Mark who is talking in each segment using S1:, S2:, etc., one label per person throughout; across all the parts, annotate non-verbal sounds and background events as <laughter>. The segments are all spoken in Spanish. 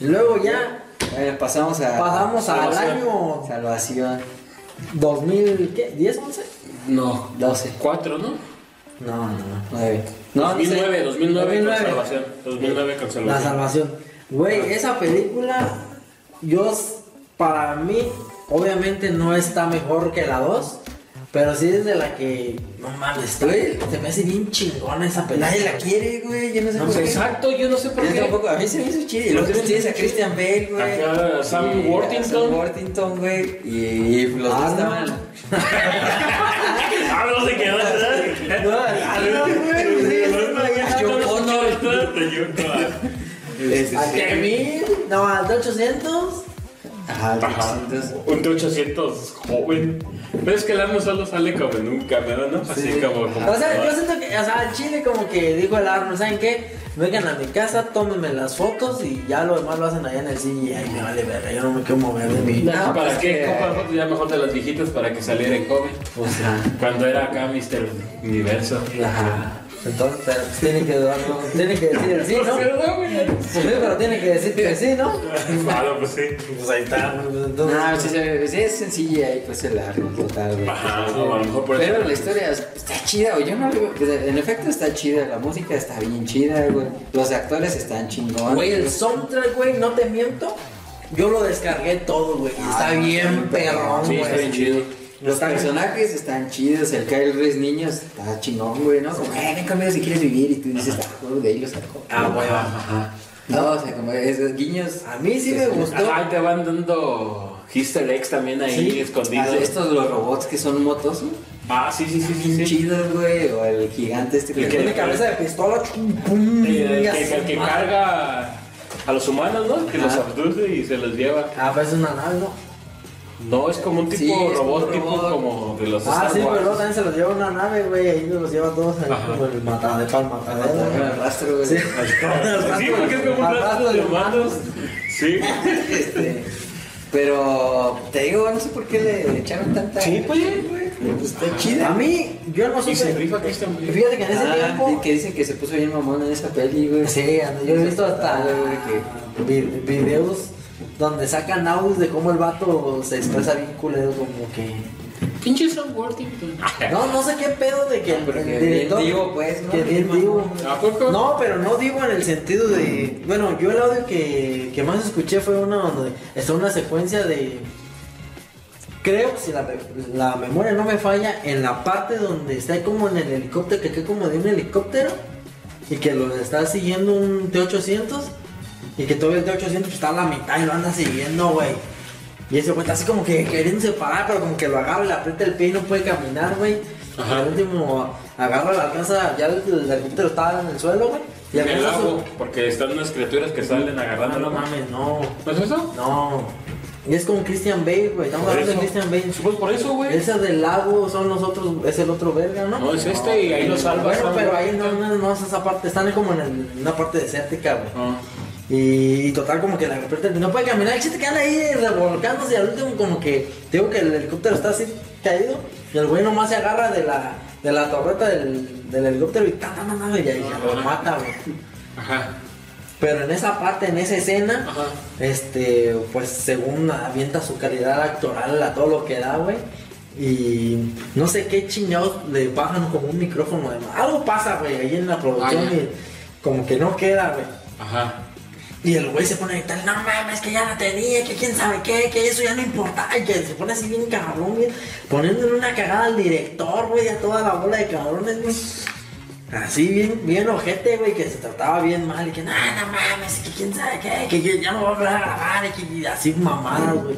S1: Luego ya
S2: Bueno, pasamos a.
S1: pasamos al
S3: Salvación.
S1: año
S2: Salvación
S1: 2000, ¿qué? ¿10, 11?
S3: No,
S2: 12,
S3: cuatro, ¿no?
S1: No, no, no.
S2: 9. No, no sé.
S3: 2009, 2009,
S1: 2009.
S3: con salvación. 2009 con
S1: La
S3: salvación.
S1: salvación. Güey, esa película, yo, s- para mí, obviamente no está mejor que la 2, pero sí es de la que, no mames, güey, se me hace bien chingona esa película.
S2: Pues Nadie la quiere, güey. Yo no sé
S3: No
S2: por
S3: sé,
S2: qué.
S3: exacto, yo no sé por
S2: Yo
S3: qué.
S2: tampoco, a mí se me hizo chido. Y
S3: No
S2: luego
S3: se me hizo
S2: tienes a
S3: chido.
S2: Christian Bale, güey.
S3: Acá, Sam
S2: Y a
S3: Worthington.
S2: Sam Worthington, güey. Y los dos
S1: Arnold.
S2: estaban.
S3: <laughs> Ah, no se quedó, <laughs> ¿verdad?
S1: No, Arnold,
S2: Yo,
S3: Yo
S2: Connor. Este,
S1: güey. ¿A
S2: sí.
S1: qué mil? No, al de 800.
S2: Ajá,
S3: Ajá.
S2: 800.
S3: Un T800 joven. Pero es que el arma solo sale como en un camión, ¿no? Así como. como-
S1: O sea, yo siento que, o sea, al Chile como que dijo el Arnold, ¿saben qué? Vengan a mi casa, tómenme las fotos y ya lo demás lo hacen allá en el cine y ahí me vale verga, yo no me quiero mover de mí.
S3: Ah, ¿Para
S2: pues
S3: qué
S2: que-
S3: compras fotos? Ya mejor de las viejitas para que saliera en joven.
S2: Ajá.
S3: Cuando era acá Mr. <laughs> Universo.
S2: Ajá.
S1: Entonces, pero pues tiene que darlo, tiene que decir el sí,
S3: <laughs>
S1: ¿no? Pues sí, pero tiene que decir que sí, ¿no?
S3: Claro, pues sí.
S1: Pues ahí está, güey, pues entonces.
S2: No, sí, sí, sí, es sencilla y pues el Arnold, total, güey.
S3: Ajá, no, a lo mejor por eso.
S2: Pero la historia está chida, güey. Yo no lo veo- En efecto está chida, la música está bien chida, güey. Los actores están chingones.
S1: Güey, el soundtrack, güey, no te miento. Yo lo descargué todo, güey. y Está
S2: Ah,
S1: bien perrón,
S3: Sí,
S1: güey.
S3: está bien chido.
S2: Los personajes están chidos, el Kyle Reese niño está chingón, güey, ¿no? Como, eh, ven conmigo si quieres vivir, y tú dices, ah, juego de ellos, algo.
S1: Ah, güey, va.
S2: No, o sea, como esos guiños.
S1: A mí sí me gustó.
S3: Ahí te van dando Easter eggs también ahí
S1: Sí.
S2: Ah,
S3: escondidos.
S2: estos los robots que son motos, ¿no?
S3: Ah, sí, sí, sí, sí. sí.
S2: chidos, güey, o el gigante este
S3: El
S2: que
S3: que-
S1: Tiene cabeza de pistola, chum, pum.
S3: El, el
S1: ya
S3: que,
S1: se
S3: el que
S1: ma-
S3: carga a los humanos, ¿no? Que los
S2: Ajá.
S3: abduce y se los lleva.
S1: Ah, pues es una nave, ¿no?
S3: No, es como un tipo
S2: Sí, es como
S3: robot,
S2: un
S3: tipo
S2: robot.
S3: como de los
S1: Ah,
S3: Star
S1: sí, pero
S3: Wars.
S1: luego también se los lleva una nave, güey. Ahí los lleva todos ahí
S3: Ajá. Ah,
S1: como el matadero, para el matadero.
S2: Con el
S1: güey.
S2: rastro, güey.
S1: Sí, <laughs>
S3: Sí, porque es como un rastro de humanos. Sí.
S2: Este, pero te digo, no sé por qué le echaron tanta.
S3: Sí, pues.
S2: Pues Está
S1: A
S2: chida.
S1: mí, yo no
S3: Y se
S1: supe.
S3: rifa Christian Bale.
S1: Fíjate que Ah, en ese
S2: Ah,
S1: tiempo.
S2: y que dicen que se puso bien mamón en esa peli, güey.
S1: Sí, anda, yo he visto hasta eh,
S2: güey, que- pues,
S1: vi- videos donde sacan audios de cómo el vato se expresa bien culero, como que.
S3: Pinche Sam Worthington.
S1: No, no sé qué pedo de que
S3: Ah,
S1: el,
S2: Pero
S1: el
S2: que
S1: director.
S2: bien divo, pues, ¿no?
S1: Que bien divo.
S3: ¿A poco?
S1: No, pero no digo en el sentido de. Bueno, yo el audio que, que más escuché fue una donde está una secuencia de. Creo, si la, me- la memoria no me falla, en la parte donde está como en el helicóptero, que cae como de un helicóptero y que los está siguiendo un T800 y que todavía el T800 pues, está a la mitad y lo anda siguiendo, güey. Y ese güey está así como que queriendo separar, pero como que lo agarra y le aprieta el pie y no puede caminar, güey. Y
S3: Ajá.
S1: al último agarra la alcanza, ya el, el helicóptero está en el suelo, güey. Y
S3: En el
S1: alcanza su-
S3: lago, porque están unas criaturas que salen
S1: Ah, no
S3: agarrándolo.
S1: mames, no.
S3: ¿No es eso?
S1: No. Y es con Christian Bale, güey. Estamos
S3: Por
S1: hablando de
S3: eso.
S1: Christian Bale.
S3: Pues por eso, güey.
S1: Ese del lago son los otros, es el otro verga, ¿no?
S3: No, es este y ahí lo salva
S1: Bueno,
S3: Sam
S1: pero ahí no,
S3: Worthington.
S1: no, no es esa parte, están como en el- una parte desértica, güey.
S3: Ah.
S1: Y, y total, como que la repente no puede caminar, el chiste que anda ahí revolcándose. Y al último, como que, te digo que el helicóptero está así caído. Y el güey nomás se agarra de la, de la torreta del, del helicóptero y ta, ta, ta, ta, y ahí ya lo mata, güey.
S3: Ajá.
S1: Pero en esa parte, en esa escena,
S3: Ajá.
S1: este, pues según avienta su calidad actoral a todo lo que da, güey. Y no sé qué chingados le bajan como un micrófono de más. Algo pasa, güey, ahí en la producción
S3: Ah, ya.
S1: y como que no queda, güey.
S3: Ajá.
S1: Y el güey se pone a gritar, no mames, que ya la tenía, que quién sabe qué, que eso ya no importa, y que se pone así bien cabrón, güey, poniéndole una cagada al director, güey, a toda la bola de cabrones, güey. Así bien, bien ojete, güey, que se trataba bien mal, y que no, no mames, que quién sabe qué, que yo ya no voy a volver a grabar, y que y así mamadas, güey.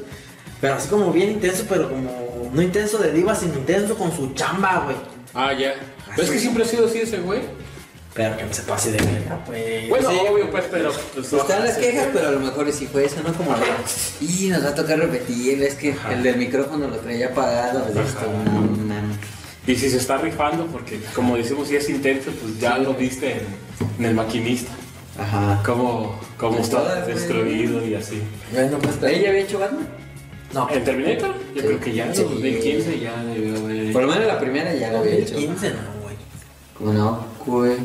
S1: Pero así como bien intenso, pero como no intenso de diva, sino intenso con su chamba, güey.
S3: Ah, ya. Pero es que siempre ha sido así ese güey.
S1: Pero que no se pase de verga, güey.
S3: Bueno,
S2: Sí.
S3: obvio, pues, pero. pues,
S2: Están
S3: ojalá
S2: las
S3: sí.
S2: quejas, pero a lo mejor sí fue eso, ¿no? Como de, y nos va a tocar repetir, es que el del micrófono lo traía apagado, pues
S3: Ajá.
S2: esto, no, no.
S3: Y si se está rifando, porque como decimos, si es intenso, pues ya lo viste en, en el maquinista.
S2: Ajá.
S3: Cómo, cómo
S2: Pues
S3: está
S2: todas, güey.
S3: destruido y así.
S1: Bueno, pues, pero-
S2: ¿Ella había hecho Batman?
S1: No,
S3: ¿En Terminator? Yo
S2: Sí.
S3: creo que ya en
S2: Sí.
S3: 2015 ya debió haber.
S2: Por lo menos la primera ya la había hecho.
S1: 2015 no, güey.
S2: ¿Cómo no? Güey.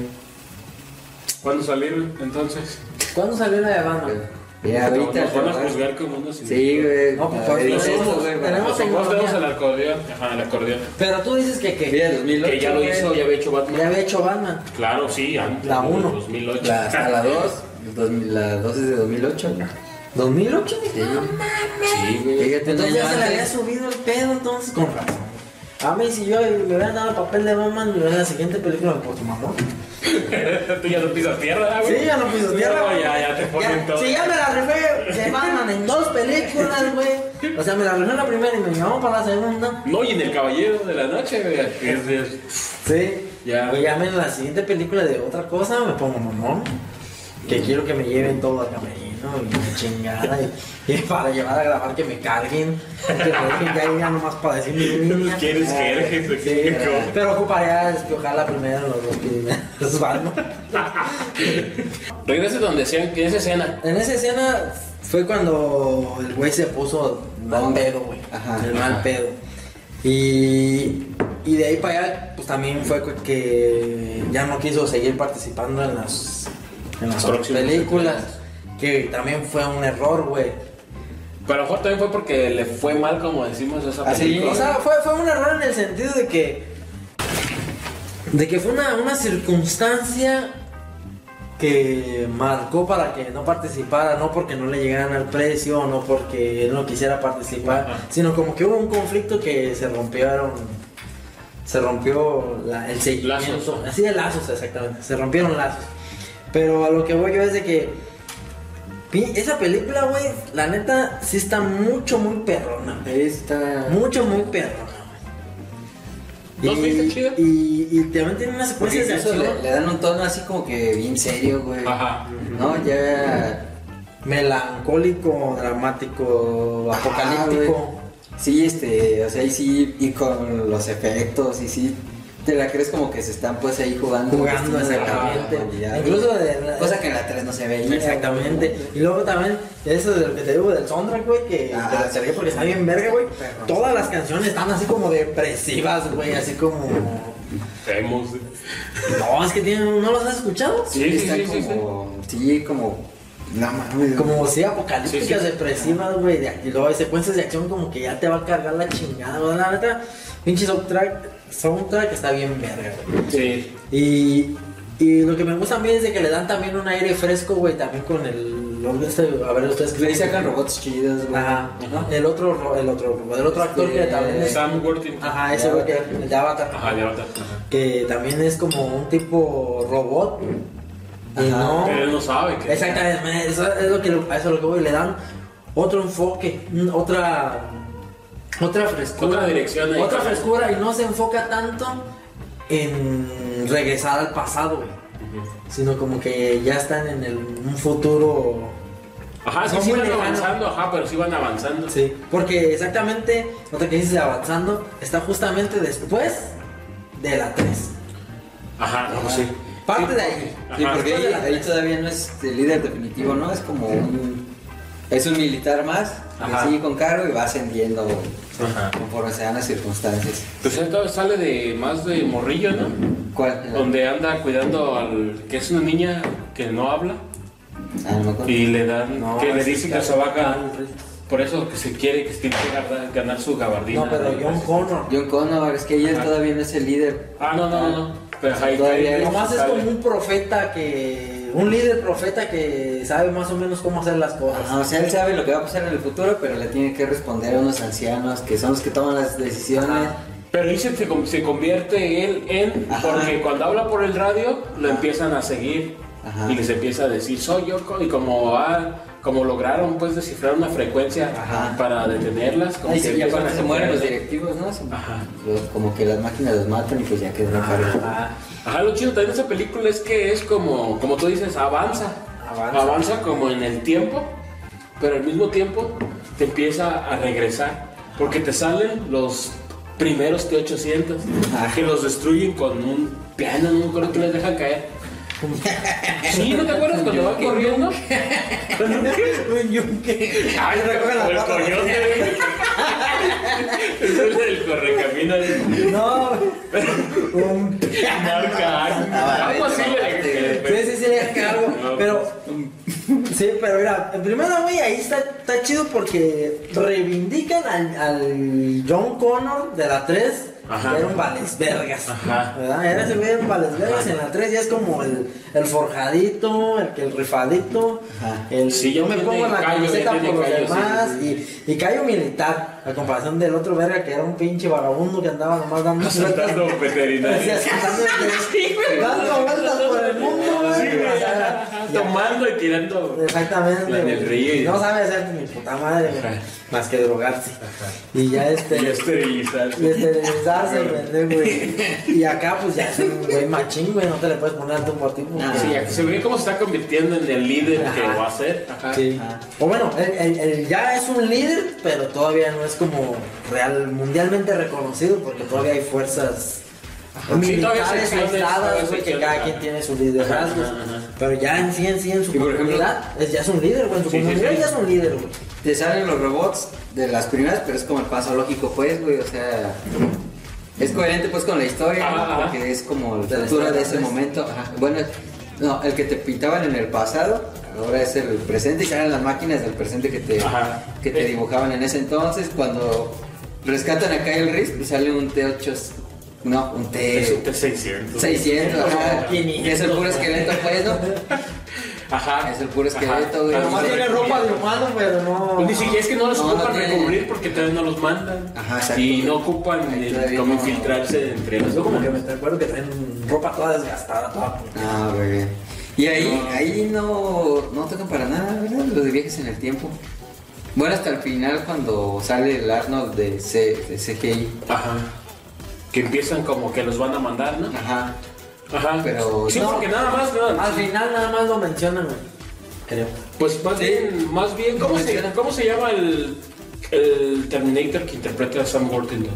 S3: ¿Cuándo salieron entonces?
S1: ¿Cuándo salió la de Batman?
S2: Mira,
S3: Pero
S2: ahorita.
S3: nos van a
S2: ¿verdad?
S3: juzgar como unos
S2: Sí, güey.
S1: No, pues,
S2: a
S1: por
S2: ver,
S1: eso
S2: dice esto,
S1: somos-
S2: güey,
S1: tenemos
S2: ¿verdad?
S3: Nosotros tenemos el acordeón. Ajá, el acordeón.
S1: Pero tú dices que, que,
S2: Mira, 2008.
S3: Que ya lo
S2: güey.
S3: hizo, ya había hecho Batman.
S1: ya había hecho Batman.
S3: Claro, sí, antes.
S1: La
S3: ¿no?
S1: uno.
S3: 2008.
S2: La, hasta la 2. La 2 es de 2008. güey.
S1: ¿2008?
S2: Sí.
S3: Sí, güey.
S2: Fíjate, un
S1: Entonces
S2: año
S1: ya se le había
S2: antes.
S1: subido el pedo, entonces con razón. A mí, si yo me hubieran dado el papel de Batman, me hubieran la siguiente película por tu mamá.
S3: <laughs> Tú ya no pisas tierra, güey.
S1: Sí, ya no piso tierra.
S3: No,
S1: güey.
S3: ya, ya te ponen todo.
S1: Si ya me la rifé de Batman en dos películas, güey. O sea, me la rifé en la primera y me llevamos para la segunda.
S3: No, y en el Caballero de la Noche, güey. Es de...
S1: Sí.
S3: Ya.
S1: Güey, ya me en la siguiente película de otra cosa me pongo mamón. Que
S3: Mm.
S1: quiero que me lleven todo al camerino y la chingada. Y, y para llevar a grabar que me carguen. <laughs> Que me dejen ya ir ya nomás para decir
S3: <laughs>
S1: mi niña.
S3: ¿Quieres
S1: Ah,
S3: jerjes de
S1: sí,
S3: qué, cómo?
S1: Pero ocuparía despejar la primera de los dos primeros Batman.
S3: Regrese donde sea, en esa escena.
S1: En esa escena fue cuando el güey se puso mal pedo, güey.
S2: Ajá.
S1: El mal pedo. Y, y de ahí para allá, pues también fue cu- que ya no quiso seguir participando en las, en las otras
S3: Próximas
S1: películas. Que también fue un error, güey.
S3: Pero a lo mejor también fue porque le fue mal, como decimos, esa
S2: Así,
S3: película.
S1: Ah, O sea, fue, fue un error en el sentido de que. De que fue una, una circunstancia que marcó para que no participara, no porque no le llegaran al precio, no porque él no quisiera participar,
S3: Ajá.
S1: sino como que hubo un conflicto que se rompieron. Se rompió la- el seguimiento.
S3: Lazos.
S1: Así de lazos, exactamente. Se rompieron lazos. Pero a lo que voy yo es de que. pi- Esa película, güey, la neta, sí está mucho, muy perrona, güey.
S2: Esta.
S1: Mucho, muy perro.
S3: ¿No viste chido?
S1: Y, y también tiene unas
S2: Porque
S1: secuencias de acción.
S2: incluso
S1: ¿eh?
S2: le, le dan un tono así como que bien serio, güey.
S3: Ajá.
S2: No, ya.
S1: Melancólico, dramático,
S2: Ajá,
S1: apocalíptico.
S2: Ah, güey. Sí, este, o sea, y sí, y con los efectos, y sí, te la crees como que se están pues ahí jugando.
S1: Jugando
S2: vestidos de
S1: exactamente.
S2: la normalidad,
S1: Incluso
S2: güey.
S1: de la-
S2: Cosa que en la 3 no se veía.
S1: Exactamente. Y luego también, eso de lo que te digo del soundtrack, güey, que
S2: Ah,
S1: te lo enseñé porque está bien verga, güey.
S2: Perro.
S1: Todas las canciones están así como depresivas, güey, así como.
S2: <laughs>
S3: Vemos. Sí,
S1: No, es que tienen. ¿No los has escuchado?
S2: Sí,
S3: sí,
S2: está
S3: sí, sí, sí.
S2: como, sí, como, no mames.
S1: Como sí, apocalípticas,
S3: Sí, sí.
S1: depresivas, güey. de- Y luego hay secuencias de acción como que ya te va a cargar la chingada, güey. La neta, pinche soundtrack, soundtrack está bien verga, güey.
S3: Sí.
S1: Y, y lo que me gusta a mí es de que le dan también un aire fresco, güey, también con el. lo que este- a ver, ustedes
S2: Le sacan robots chidos, güey.
S1: Ajá.
S2: Ajá.
S1: El otro, ro- el otro, el otro actor que
S2: Este-
S1: también es.
S3: Sam Worthington.
S1: Ajá, ese güey que el de Avatar.
S3: Ajá, de verdad.
S1: Que también es como un tipo robot. Y
S2: Ajá.
S1: no.
S3: Pero él no sabe que.
S1: Exactamente, eso es lo que, a eso es lo que voy, le dan otro enfoque, un- otra, otra frescura.
S3: Otra dirección ahí.
S1: Otra frescura y no se enfoca tanto en regresar al pasado, güey, Sino como que ya están en el, un futuro...
S3: Ajá, sí,
S1: No
S3: sí
S1: muy
S3: van
S1: lejano.
S3: avanzando, ajá, pero sí van avanzando.
S1: Sí, porque exactamente, otra que dices de avanzando, está justamente después de la 3.
S3: Ajá, no, sí.
S1: Parte de ahí.
S2: Sí,
S3: Ajá.
S2: porque ahí, ahí todavía no es el líder definitivo, ¿no? Es como un. Es un militar más,
S3: Ajá.
S2: que sigue con cargo y va ascendiendo
S3: Ajá.
S2: conforme se dan las circunstancias.
S3: Pues él todavía sale de más de morrillo, ¿no?
S2: ¿Cuál?
S3: Donde anda cuidando al. que es una niña que no habla.
S2: Ah, no me acuerdo.
S3: Y le dan.
S1: No,
S3: que le
S1: sí,
S3: dicen que
S1: claro.
S3: se va a ganar. Por eso que se quiere que tiene que ganar- ganar su gabardina.
S1: No, pero John Connor.
S2: John Connor, es que ella
S3: Ajá.
S2: todavía no es el líder.
S3: Ah, no, no, no. no. Pero ahí
S2: Todavía
S3: ahí-
S1: Nomás es
S3: sale.
S1: como un profeta que. Un líder profeta que sabe más o menos cómo hacer las
S2: Ajá,
S1: cosas.
S2: o sea, él sabe lo que va a pasar en el futuro, pero le tiene que responder a unos ancianos que son los que toman las decisiones.
S3: Pero dice que com- se convierte él en,
S2: Ajá.
S3: porque cuando habla por el radio lo empiezan a seguir
S2: Ajá.
S3: y les empieza a decir soy yo co- y como ah, como lograron pues descifrar una frecuencia
S2: Ajá.
S3: para detenerlas, como
S2: Ay,
S3: que
S2: sí, y
S3: empiezan
S2: aparte
S3: a
S2: se mueren pues, los
S3: comprender.
S2: directivos, ¿no? Se-
S3: Ajá.
S2: los- como que las máquinas los matan y pues ya quedó pareja.
S3: Ajá.
S1: Ah.
S3: Ajá, lo chido también de esa película es que es como, como tú dices, avanza.
S1: Avanza.
S3: como en el tiempo, pero al mismo tiempo te empieza a regresar. Porque te salen los primeros T-800
S2: Ajá.
S3: que los destruyen con un piano, no me acuerdo que les dejan caer. Sí, ¿no te acuerdas cuando va corriendo?
S1: Un yunque.
S3: Ay,
S1: recoge la
S3: el
S1: pata.
S3: coyote. Es el del correcamino.
S1: No. Un.
S3: Marca. Algo así le-
S1: Sí, sí, sí, le cargo.
S3: No,
S1: Pero.
S3: pues,
S1: Sí, Sí, pero mira, en primera, güey, ahí está, está chido porque reivindican al, al John Connor de la 3.
S3: Ajá.
S1: que Era un valesvergas.
S3: Ajá.
S1: ¿Verdad? Era ese güey era un valesvergas. En la 3 ya es como el, el forjadito, el que el rifadito.
S2: Ajá.
S1: El,
S3: Sí, ya
S1: yo me
S3: tiene
S1: pongo la
S3: callo, ya
S1: camiseta
S3: tiene
S1: por los
S3: callo, sí,
S1: demás.
S3: sí,
S1: Y, y callo militar. A comparación del otro verga que era un pinche vagabundo que andaba nomás
S3: <laughs>
S1: dando
S3: Asaltando
S1: Sí,
S3: veterinarios.
S1: asaltando veterinarios. Dando vueltas por el mundo, güey.
S3: Sí, güey,
S1: O sea,
S3: ajá, Tomando y tirando.
S1: Exactamente.
S3: En el
S1: güey.
S3: río y-
S1: No sabe hacer ni puta madre, güey,
S3: Ajá.
S1: Más que drogarse. Y ya este.
S3: Y esterilizar.
S1: y esterilizarse, pendejo, güey. Y acá, pues ya es un güey machín, güey. No te le puedes poner alto por ti. porque-
S2: Ah,
S3: Sí, pues, se ve cómo se está convirtiendo en el líder que
S1: Ajá.
S3: va a ser. Ajá.
S1: Sí.
S2: Ah.
S1: O bueno, él, él- él ya es un líder, pero todavía no es como real, mundialmente reconocido, porque todavía hay fuerzas
S3: Sí, todavía
S1: militares
S3: secciones, todavía
S1: aisladas, güey, que
S3: secciones,
S1: cada
S3: ajá.
S1: quien tiene sus liderazgos.
S3: Ajá, ajá, ajá.
S1: Pero ya en sí, en sí, en su
S2: Y, por ejemplo,
S1: comunidad, es- ya es un líder, güey. En su
S3: Sí, sí,
S1: comunidad
S3: sí.
S1: ya es un líder, güey.
S2: Te salen los robots de las primeras, pero es como el paso lógico, pues, güey, o sea. Es coherente, pues, con la historia, ¿no?
S3: Ajá, ajá.
S2: Porque es como
S1: De
S2: la
S1: la
S2: cultura
S1: historia,
S2: de ese
S1: pues.
S2: momento. Ajá. Bueno, no, el que te pintaban en el pasado, ahora es el presente, y eran las máquinas del presente que te,
S3: Ajá.
S2: que te
S3: Eh.
S2: dibujaban en ese entonces. Cuando rescatan a Kyle Reese, pues sale un T8. No, un T.
S3: Es un T600.
S2: 600, ajá,
S1: Como
S2: que es el puro esqueleto, pues, ¿no?
S3: Ajá.
S2: Es el puro
S3: Ajá.
S2: esqueleto, güey.
S3: Nada más
S1: Nomás tiene ropa de
S3: Pues
S1: humano, pero no.
S3: Ni siquiera es que no los
S2: No, no
S3: ocupan
S2: tiene-
S3: recubrir porque todavía no los mandan.
S2: Ajá, exacto.
S3: Y no ocupan
S2: Ahí
S3: el-
S2: todavía
S3: cómo
S2: no.
S3: infiltrarse entre los
S1: Yo como que me acuerdo que traen ropa toda desgastada, toda.
S2: Ah, güey. Y ahí,
S3: No.
S2: ahí no, no tocan para nada, ¿verdad? Lo de viajes en el tiempo. Bueno, hasta el final cuando sale el Arnold de, C- de CGI.
S3: Ajá. Que empiezan como que los van a mandar, ¿no?
S2: Ajá.
S3: Ajá.
S2: Pero-
S3: sí,
S2: no.
S3: porque nada más, nada
S1: Al final nada más lo mencionan, güey. Creo.
S3: Pues más
S2: Sí.
S3: bien, más bien, ¿cómo,
S2: Como
S3: se,
S2: menciona.
S3: ¿cómo se llama el, el Terminator que interpreta a Sam Worthington?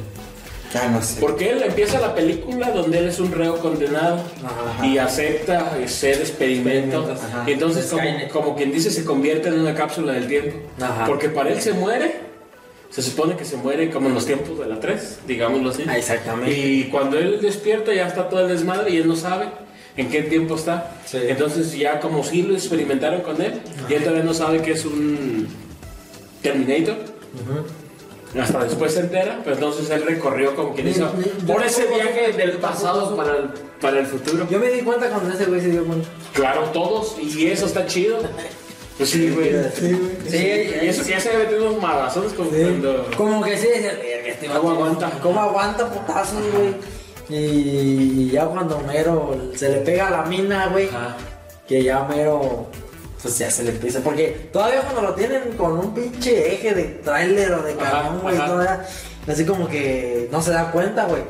S2: Ya no sé.
S3: Porque él empieza la película donde él es un reo condenado
S1: Ajá.
S3: y acepta ser experimento.
S1: Experimentos, ajá.
S3: Y entonces, como,
S1: Skynet.
S3: como quien dice, se convierte en una cápsula del tiempo.
S1: Ajá.
S3: Porque para él se muere. Se supone que se muere como en los tiempos de la 3, digámoslo así.
S1: Ah, exactamente.
S3: Y cuando él despierta ya está todo el desmadre y él no sabe en qué tiempo está.
S1: Sí.
S3: Entonces ya como si lo experimentaron con él, y él todavía no sabe que es un Terminator. Hasta después se entera, pero entonces él recorrió como quien
S1: Ni-
S3: dice,
S1: ni-
S3: por
S1: yo
S3: ese
S1: tampoco-
S3: viaje del pasado para el, para el futuro.
S1: Yo me di cuenta cuando ese güey se dio cuenta.
S3: Claro, todos, y eso está chido. Pues sí, güey.
S1: Sí, güey.
S2: Sí, ahí-
S3: Y eso que ya se había metido unos magazones con cuando-
S1: Como que sí, decía, "Verga, este
S3: ¿Cómo
S1: vato,
S3: aguanta?
S1: ¿Cómo aguanta putazos, güey? Y ya cuando mero se le pega a la mina, güey,
S3: Ajá.
S1: que ya mero, pues ya se le empieza. Porque todavía cuando lo tienen con un pinche eje de tráiler o de
S3: Ajá,
S1: camión, güey,
S3: ajá.
S1: todavía, así como que no se da cuenta, güey.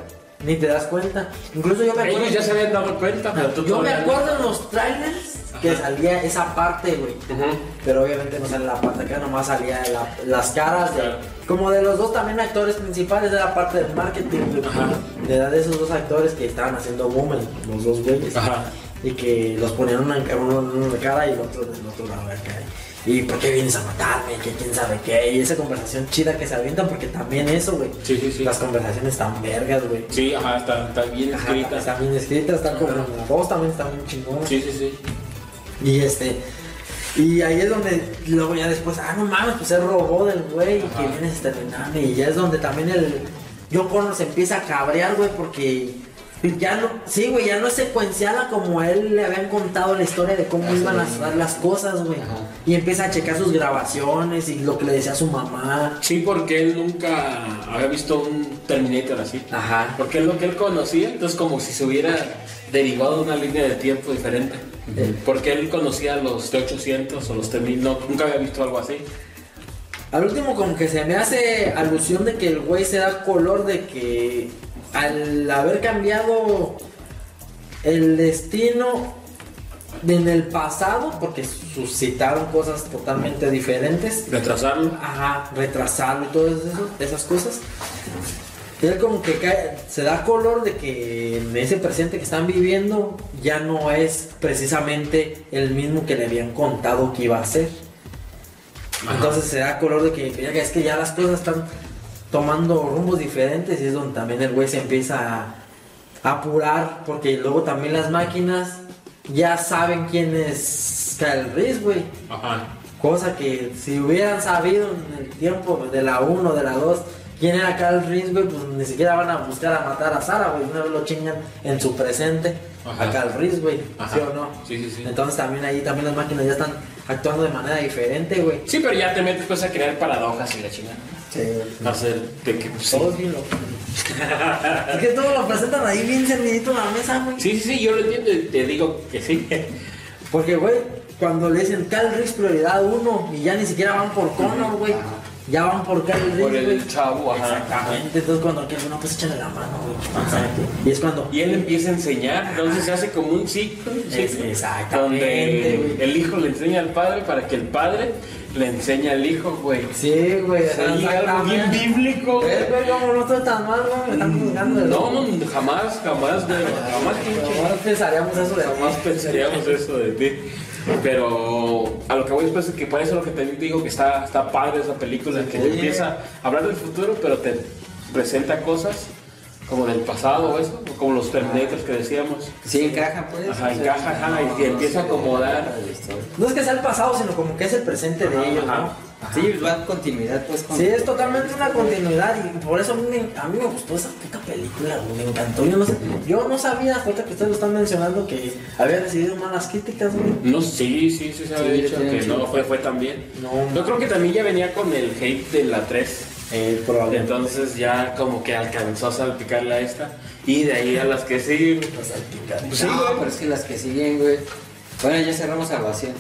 S1: Ni te das cuenta. Incluso yo me acuerdo.
S3: Ellos ya se habían dado cuenta, pero tú
S1: Yo me
S3: todavía no.
S1: acuerdo en los trailers que
S3: Ajá.
S1: salía esa parte, güey.
S3: Ujú.
S1: Pero obviamente no sale la parte acá, nomás salía la- las caras de-
S3: Claro.
S1: Como de los dos también actores principales, era parte del marketing, güey.
S3: Ajá.
S1: Era de esos dos actores que estaban haciendo boom, los dos güeyes.
S3: Ajá.
S1: Y que los ponían una- uno en una cara y el otro en el otro lado de acá. ¿Y por qué vienes a matarme? que quién sabe qué? Y esa conversación chida que se avientan, porque también eso, güey.
S3: Sí, sí, sí.
S1: Las conversaciones tan vergas, güey.
S3: Sí, ajá, está, está bien
S1: Ajá,
S3: escrita.
S1: Está bien escrita, está como la voz también está muy chingona.
S3: Sí, sí, sí.
S1: Y este. Y ahí es donde luego ya después, ah, no mames, pues se robó del güey y
S3: Ajá.
S1: que viene este Rename. Y ya es donde también el John Connor se empieza a cabrear, güey, porque ya no, sí, güey, ya no es secuencial a como a él le habían contado la historia de cómo iban a dar las cosas, güey.
S2: Ajá.
S1: Y empieza a checar sus grabaciones y lo que le decía su mamá.
S3: Sí, porque él nunca había visto un Terminator así.
S1: Ajá.
S3: Porque es lo que él conocía, entonces como si se hubiera derivado una línea de tiempo diferente. Eh,
S1: Ujú.
S3: Porque él conocía los T800 o los T1000, no, nunca había visto algo así.
S1: Al último como que se me hace alusión de que el güey se da color de que al haber cambiado el destino de en el pasado, porque suscitaron cosas totalmente diferentes,
S3: Retrasarlo.
S1: ajá, retrasarlo y todas eso- esas cosas, él como que cae- se da color de que en ese presente que están viviendo ya no es precisamente el mismo que le habían contado que iba a ser.
S3: Ajá.
S1: Entonces se da color de que "Verga, es que ya las cosas están tomando rumbos diferentes y es donde también el güey se empieza a apurar porque luego también las máquinas ya saben quién es Kyle Reese, güey.
S3: Ajá.
S1: Cosa que si hubieran sabido en el tiempo de la 1, de la 2, quién era Kyle Reese, güey, pues ni siquiera van a buscar a matar a Sara, güey. Una vez lo chingan en su presente
S3: Ajá.
S1: a Kyle Reese, güey.
S3: Ajá.
S1: ¿Sí o no?
S3: Sí, sí, sí.
S1: Entonces también ahí también las máquinas ya están actuando de manera diferente, güey.
S3: Sí, pero ya te metes pues a crear paradojas y la chingada.
S2: Sí, güey.
S3: Va a ser de que pues, sí.
S1: Todos bien locos. <laughs> es que todos lo presentan ahí bien servidito en la mesa, güey.
S3: Sí, sí, sí, yo lo entiendo y te digo que sí. <laughs>
S1: Porque, güey, cuando le dicen Kyle Reese prioridad 1 y ya ni siquiera van por Connor, güey. Ya van por Kyle Reese,
S3: Por
S1: güey.
S3: el chavo, ajá.
S1: Exactamente, entonces cuando quieres no, pues échale la mano, güey. Exacto. Y es cuando.
S3: Y él empieza a enseñar, entonces se hace como un ciclo. un
S1: Es-
S3: ciclo,
S1: exactamente,
S3: Donde el,
S1: güey.
S3: el hijo le enseña al padre para que el padre le enseñe al hijo, güey.
S1: Sí, güey.
S3: Sí, algo bien
S1: exactamente.
S3: bíblico, güey. Mm.
S1: ¿Ves, güey, cómo no estoy tan mal, güey? Me están juzgando de
S3: No, no, jamás, jamás, güey, jamás, pinche.
S1: Jamás pensaríamos eso de
S3: Jamás
S1: jamás.
S3: pensaríamos eso de ti. Pero a lo que voy después es que por eso lo que te digo que está, está padre esa película, que te
S1: Sí.
S3: empieza a hablar del futuro, pero te presenta cosas como del pasado o eso, como los Terminators que decíamos.
S2: Sí, encaja, pues. o
S3: Ajá,
S2: sea,
S3: encaja, ajá, y empieza a acomodar.
S1: No es que sea el pasado, sino como que es el presente
S3: Ajá,
S1: de ellos,
S3: ajá.
S1: ¿no?
S2: Sí, pues, va en continuidad, pues. Con...
S1: Sí, es totalmente una continuidad y por eso a mí me, a mí me gustó esa puta película, güey, me encantó. Yo no, sé- yo no sabía, hasta ahorita que ustedes lo están mencionando, que había recibido malas críticas, güey.
S3: No, sí, sí, sí se había
S2: Sí,
S3: dicho
S2: tiene
S3: que
S2: un
S3: no
S2: chingo.
S3: fue, fue tan bien.
S1: No.
S3: Yo creo que también ya venía con el hate de la 3.
S1: Eh, probablemente.
S3: Entonces ya como que alcanzó a salpicarle a esta. Y de ahí a las que sí. Pues sí,
S2: No,
S3: güey.
S2: pero es que las que siguen, güey. Bueno, ya cerramos salvación.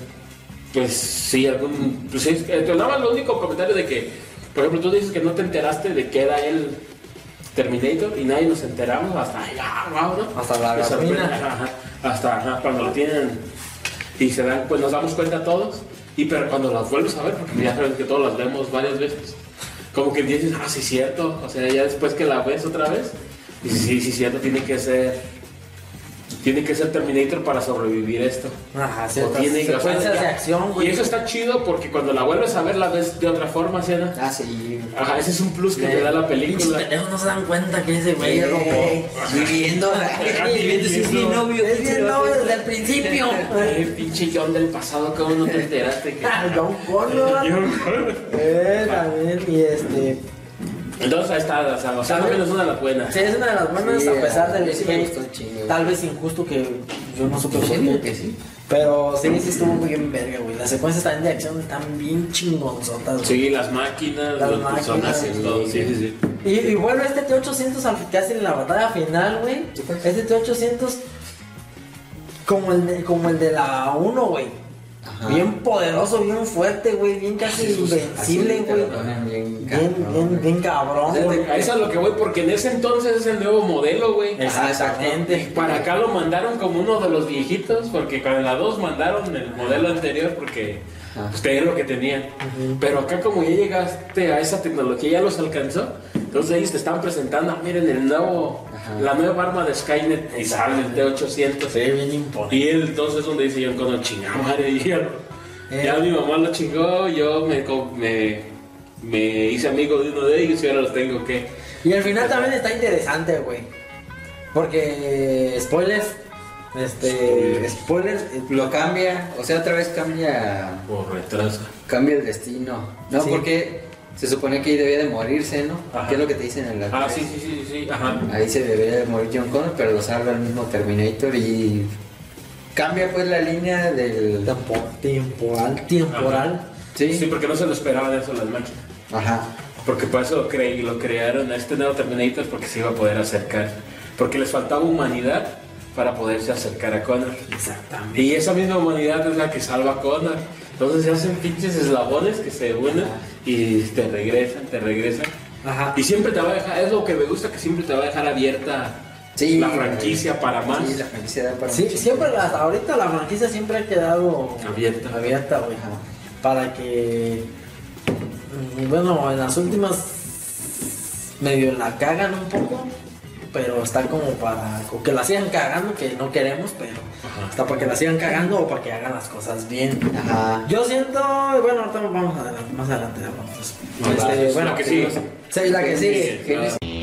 S3: Pues sí, algún. Pues es que- nada más lo único comentario de que, por ejemplo, tú dices que no te enteraste de que era el Terminator y nadie nos enteramos hasta ya, wow, ¿no?
S1: Hasta la
S3: Te sorprende,
S1: gabardina.
S3: ajá, ajá, Hasta ajá, cuando lo tienen y se dan, pues nos damos cuenta todos. Y pero cuando las vuelves a ver, porque ya sabes que todos las vemos varias veces, como que dices, ah, sí, cierto. O sea, ya después que la ves otra vez, dices, sí, sí, cierto, tiene que ser. Tiene que ser Terminator para sobrevivir esto.
S1: Ajá,
S3: O
S1: ciertas
S3: tiene- o sea,
S1: secuencias
S3: ya-
S1: de acción, güey.
S3: Y eso está chido porque cuando la vuelves a ver la ves de otra forma, ¿sí, Ana?
S2: Ah, sí.
S3: Ajá, ese es un plus que
S1: Eh,
S3: te da la
S1: Pinches
S3: película.
S1: pendejos no se dan cuenta que ese güey
S2: Güey,
S1: es robot.
S2: Eh, Viviendo. Viviendo, sí, es mi novio.
S1: Es bien novio desde el principio.
S3: Eh, pinche John del pasado, ¿cómo no te enteraste? Que...
S1: Ah, John Connor. Eh, también, y este.
S3: Entonces ahí está, o sea, o sea, no menos una de las buenas.
S1: Sí, es una de las buenas,
S2: Sí,
S1: a pesar del
S2: sí me
S1: hate,
S2: gustó un chingo.
S1: Tal vez injusto que yo no supe
S2: Pues,
S1: por
S2: sí,
S1: qué.
S2: digo que sí.
S1: Pero sí, sí estuvo muy bien verga, güey. Las secuencias también de acción están bien chingonzotas, güey.
S3: Sí, las máquinas,
S1: Las
S3: los
S1: máquinas,
S3: personajes, todo. Sí, sí, sí.
S1: Y, y vuelve este T800 al que hacen en la batalla final, güey.
S2: Sí, pues.
S1: Este T800 como el, de- como el de la 1, güey.
S2: Ajá.
S1: Bien poderoso, bien fuerte, güey. Bien casi
S2: Jesús,
S1: invencible,
S2: así te
S1: güey.
S2: lo ponen bien
S1: Bien,
S2: cabrón,
S1: bien,
S2: güey.
S1: bien cabrón, güey.
S3: A eso es lo que voy, porque en ese entonces es el nuevo modelo, güey.
S1: Exactamente.
S3: Para acá lo mandaron como uno de los viejitos, porque con la 2 mandaron el modelo anterior porque
S2: Ajá.
S3: pues, tenían lo que tenían. Pero acá como ya llegaste a esa tecnología, ya los alcanzó. Entonces ellos te están presentando, "Ah, miren el nuevo,
S2: Ajá.
S3: la nueva arma de Skynet y sale el T800.
S1: Sí, bien imponente.
S3: Y él, entonces donde dice John Connor, chingada madre, <laughs> y yo-
S1: Eh.
S3: ya mi mamá lo chingó, yo me, co- me, me hice amigo de uno de ellos y ahora los tengo que...
S1: Y al final también está interesante, güey. Porque spoilers, este, spoilers, eh,
S2: Lo cambia, o sea, otra vez cambia,
S3: Por retraso.
S2: cambia el destino. No,
S1: Sí.
S2: porque se supone que ahí debía de morirse, ¿no?
S3: Ajá.
S2: ¿Qué es lo que te dicen en la
S3: Ah, sí, sí, sí, sí, ajá.
S2: Ahí se debía de morir John Connor, pero lo salva el mismo Terminator y cambia pues la línea del...
S1: tempo- temporal, temporal.
S2: Sí.
S3: Sí, porque no se lo esperaban eso las máquinas.
S2: Ajá.
S3: Porque por eso lo, cre- lo crearon a este nuevo Terminator porque se iba a poder acercar. Porque les faltaba humanidad para poderse acercar a Connor.
S1: Exactamente.
S3: Y esa misma humanidad es la que salva a Connor. Entonces se hacen pinches eslabones que se unen y te regresan, te regresan.
S1: Ajá.
S3: Y siempre te va a dejar, es lo que me gusta, que siempre te va a dejar abierta
S2: Sí,
S3: la franquicia para más.
S2: Sí, la franquicia da para
S1: Sí,
S2: mucho.
S1: siempre, hasta ahorita la franquicia siempre ha quedado
S3: Abierta.
S1: abierta, güey.
S2: Ajá.
S1: Para que, mm, bueno, en las últimas medio la cagan un poco, pero está como para o que la sigan cagando, que no queremos, pero
S3: Ajá.
S1: está para que la sigan cagando o para que hagan las cosas bien.
S2: Ajá.
S1: Yo siento, bueno, ahorita vamos adelante, más adelante hablamos. de eso.
S3: No,
S1: Este,
S3: pues, la- la
S1: bueno,
S3: que sigue.
S1: Sí, la que sigue.
S3: Sí, claro.